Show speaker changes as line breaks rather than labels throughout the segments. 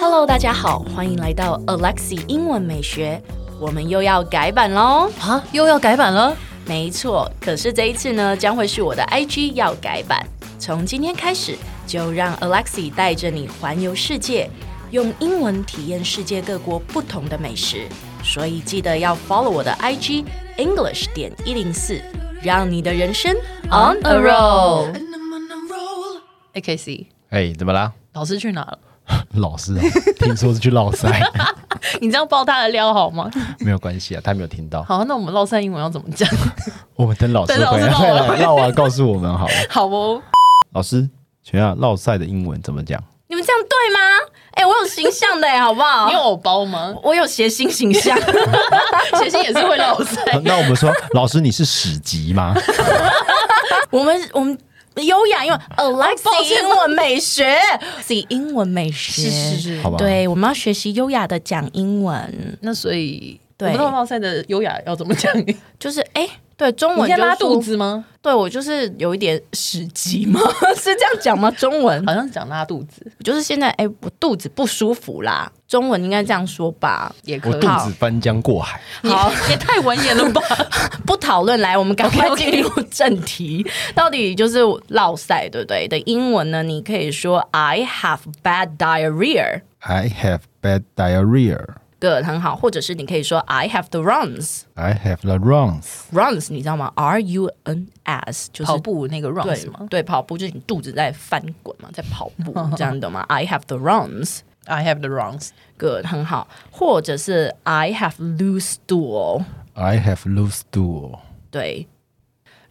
Hello，大家好，欢迎来到 Alexi 英文美学，我们又要改版喽。
啊，又要改版了？
没错，可是这一次呢，将会是我的 IG 要改版。从今天开始，就让 Alexi 带着你环游世界，用英文体验世界各国不同的美食。所以记得要 follow 我的 IG English 点一零四，让你的人生 on a roll。
And I'm on a roll.
a K C
哎、怎么啦？
老师去哪了？
老师、啊， 听说是去落 塞，
你这样爆他的料好吗？
没有关系啊，他没有听到。
好，那我们绕散英文要怎么讲？
我们等老师
等老
回
师
来，
唠 完
来绕完告诉我们好了。
好哦，
老师，请问落塞的英文怎么讲？
你们这样对吗？哎、我有形象的哎，好不好？
你有偶包吗？
我有谐星形 象。
写信也是会绕散。
那我们说，老师你是史籍吗？
我们我们优雅用 Alexi 英文美学，C 哦英文美学
是是是
好。吧，，
对，我们要学习优雅的讲英文，
那所以，
对
我不知道绕散的优雅要怎么讲。 你
就是哎、对中文
在
就是
拉
说
肚，子吗？
对我就是有一点屎急吗？ 是这样讲吗？中文
好像是讲拉肚子
就是现在哎、我肚子不舒服啦，中文应该这样说吧。
也可
我
以
肚。子翻江过海。
好，
也太文言了吧？
不讨论，来，我们赶快
OK，OK
进入正题。到底就是落塞，对不对？的英文呢，你可以说 I have bad diarrhea。
I have bad diarrhea.
个很好，或者是你可以说 I have the runs。
I have the runs.
runs 你知道吗？R U N S 就是
跑步那个 run
对
是吗
对，跑步就是你肚子在翻滚嘛，在跑 步，这样你懂吗？I have the runs。
？I have the runs。
good 很好，或者是 I have loose stool，
I have loose stool.
对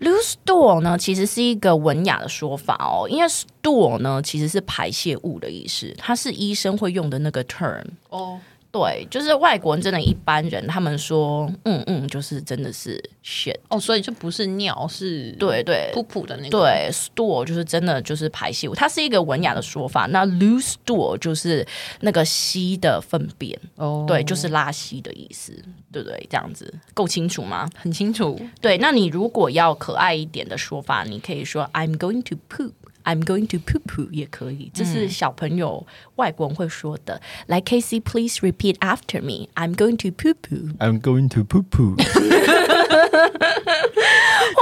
，loose stool 呢其实是一个文雅的说法哦，因为 stool 呢其实是排泄物的意思，它是医生会用的那个 term，
哦，
对，就是外国人真的一般人他们说，嗯嗯，就是真的是 shit，
哦，所以就不是尿，是
对对
噗噗的那个。，
对，stool 就是真的就是排泄物，它是一个文雅的说法。那 loose stool 就是那个稀的粪便，
哦，
对，就是拉稀的意思，对不对？这样子够清楚吗？
很清楚。
对，那你如果要可爱一点的说法，你可以说 I'm going to poop。I'm going to poo poo 也可以，这是小朋友、外国人会说的。来，Casey, please repeat after me. I'm going to poo poo。
I'm going to poo poo.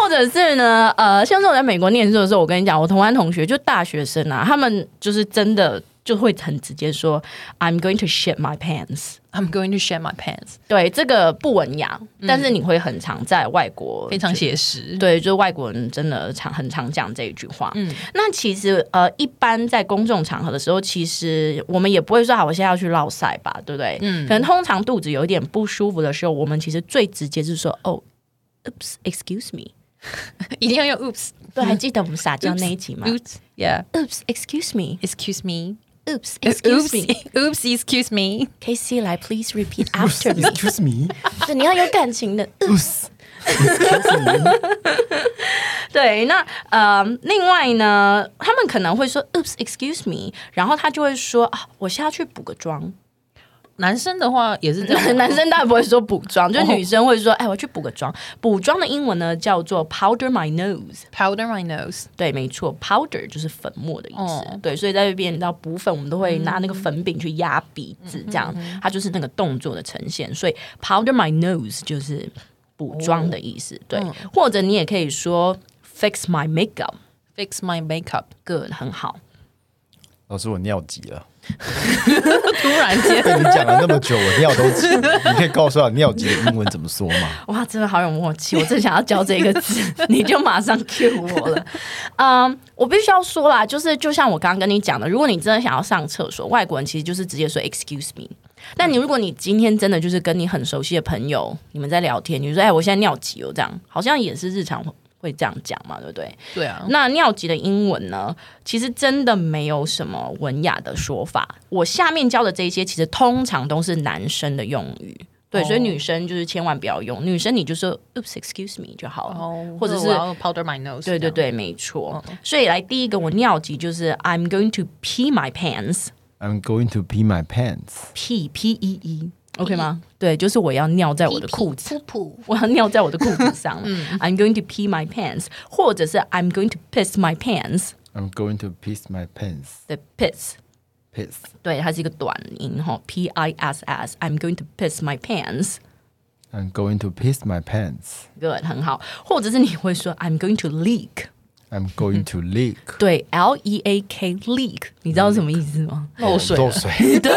或者是呢，呃，像是我在美国念书的时候，我跟你讲，我同班同学就大学生啊，他们就是真的就会很直接说 I'm going to shit my pants。
I'm going to share my pants，
对，这个不文雅，但是你会很常在外国
非常写实。
对，就是外国人真的常很常讲这一句话。嗯，那其实呃，一般在公众场合的时候，其实我们也不会说好，啊我现在要去落塞吧，对不对？嗯，可能通常肚子有一点不舒服的时候，我们其实最直接是说哦，Oops，excuse me。
一定要用 oops
对，还记得我们撒娇那一集吗
oops yeah
？Oops，excuse me。
excuse me
Oops，excuse me。
oops excuse me
K C 来，please repeat after me。
Excuse me.
对，你要有感情的。 对，那呃，另外呢，他们可能会说 “Oops, excuse me”，然后他就会说啊，我现在要去补个妆。
男生的话也是这 样，
男生当然不会说补妆，就是女生会说，哎，我去补个妆。补妆的英文呢叫做 powder my nose。
powder my nose
对，没错，powder 就是粉末的意思。
哦
对，所以在这边你知道补粉，我们都会拿那个粉饼去压鼻子，这样、它就是那个动作的呈现。所以 powder my nose 就是补妆的意思。对，或者你也可以说 fix my makeup。
fix my makeup，
good 很好，
老师，我尿急了。哎
突然 间
被你讲了那么久，我尿都急。 你可以告诉我尿急的英文怎么说吗？
哇，真的好有默契，我正想要教这个字， 你就马上 cue 我了。嗯、我必须要说啦，就是就像我刚刚跟你讲的，如果你真的想要上厕所，外国人其实就是直接说 excuse me。但你如果你今天真的就是跟你很熟悉的朋友，你们在聊天，你就说哎，我现在尿急了，这样好像也是日常会这样讲嘛，对不对？
对啊，
那尿急的英文呢，其实真的没有什么文雅的说法。我下面教的这些，其实通常都是男生的用语。对，
哦
所以女生就是千万不要用，女生你就说 “oops, excuse me” 就好了，
哦，
或者是
我要 powder my nose，
对对
这
对，
样，嗯
没错。所以来第一个，我尿急就是 “I'm going to pee my pants”，
I'm going to pee my pants.
p p e e OK 吗？对，就是我要尿在我的裤子，
噗噗，嗯
我要尿在我的裤子 上。I'm going to pee my pants，或者
piss
对，它是一个短音哈，P I S S。I'm going to piss my pants。
I'm going to piss my pants.
Good，很好。或者是你会说 I'm going to leak，
I'm going to leak.
对，L E A K leak，你知道是什么意思吗？
漏水
漏
了，
水
对，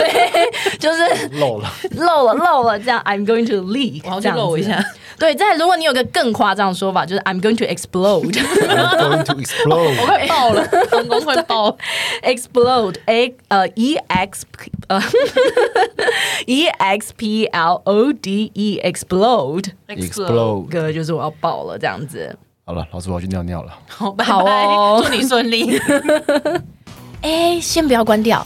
就是
漏了。
漏了漏了这样，I'm going to leak，
我要
这
去
样
漏
子
一下。
对，再如果你有个更夸张的说法，就是 I'm going to explode，explode
I'm going to explode.
快爆 了，膀胱快爆。
a 呃 e x P- 呃 e x p l o d e explode，
Explode.
哥就是我要爆了这样子。
好了，老师，我要去尿尿了。
好，拜
好哦
拜，祝你顺利。
哎，先不要关掉，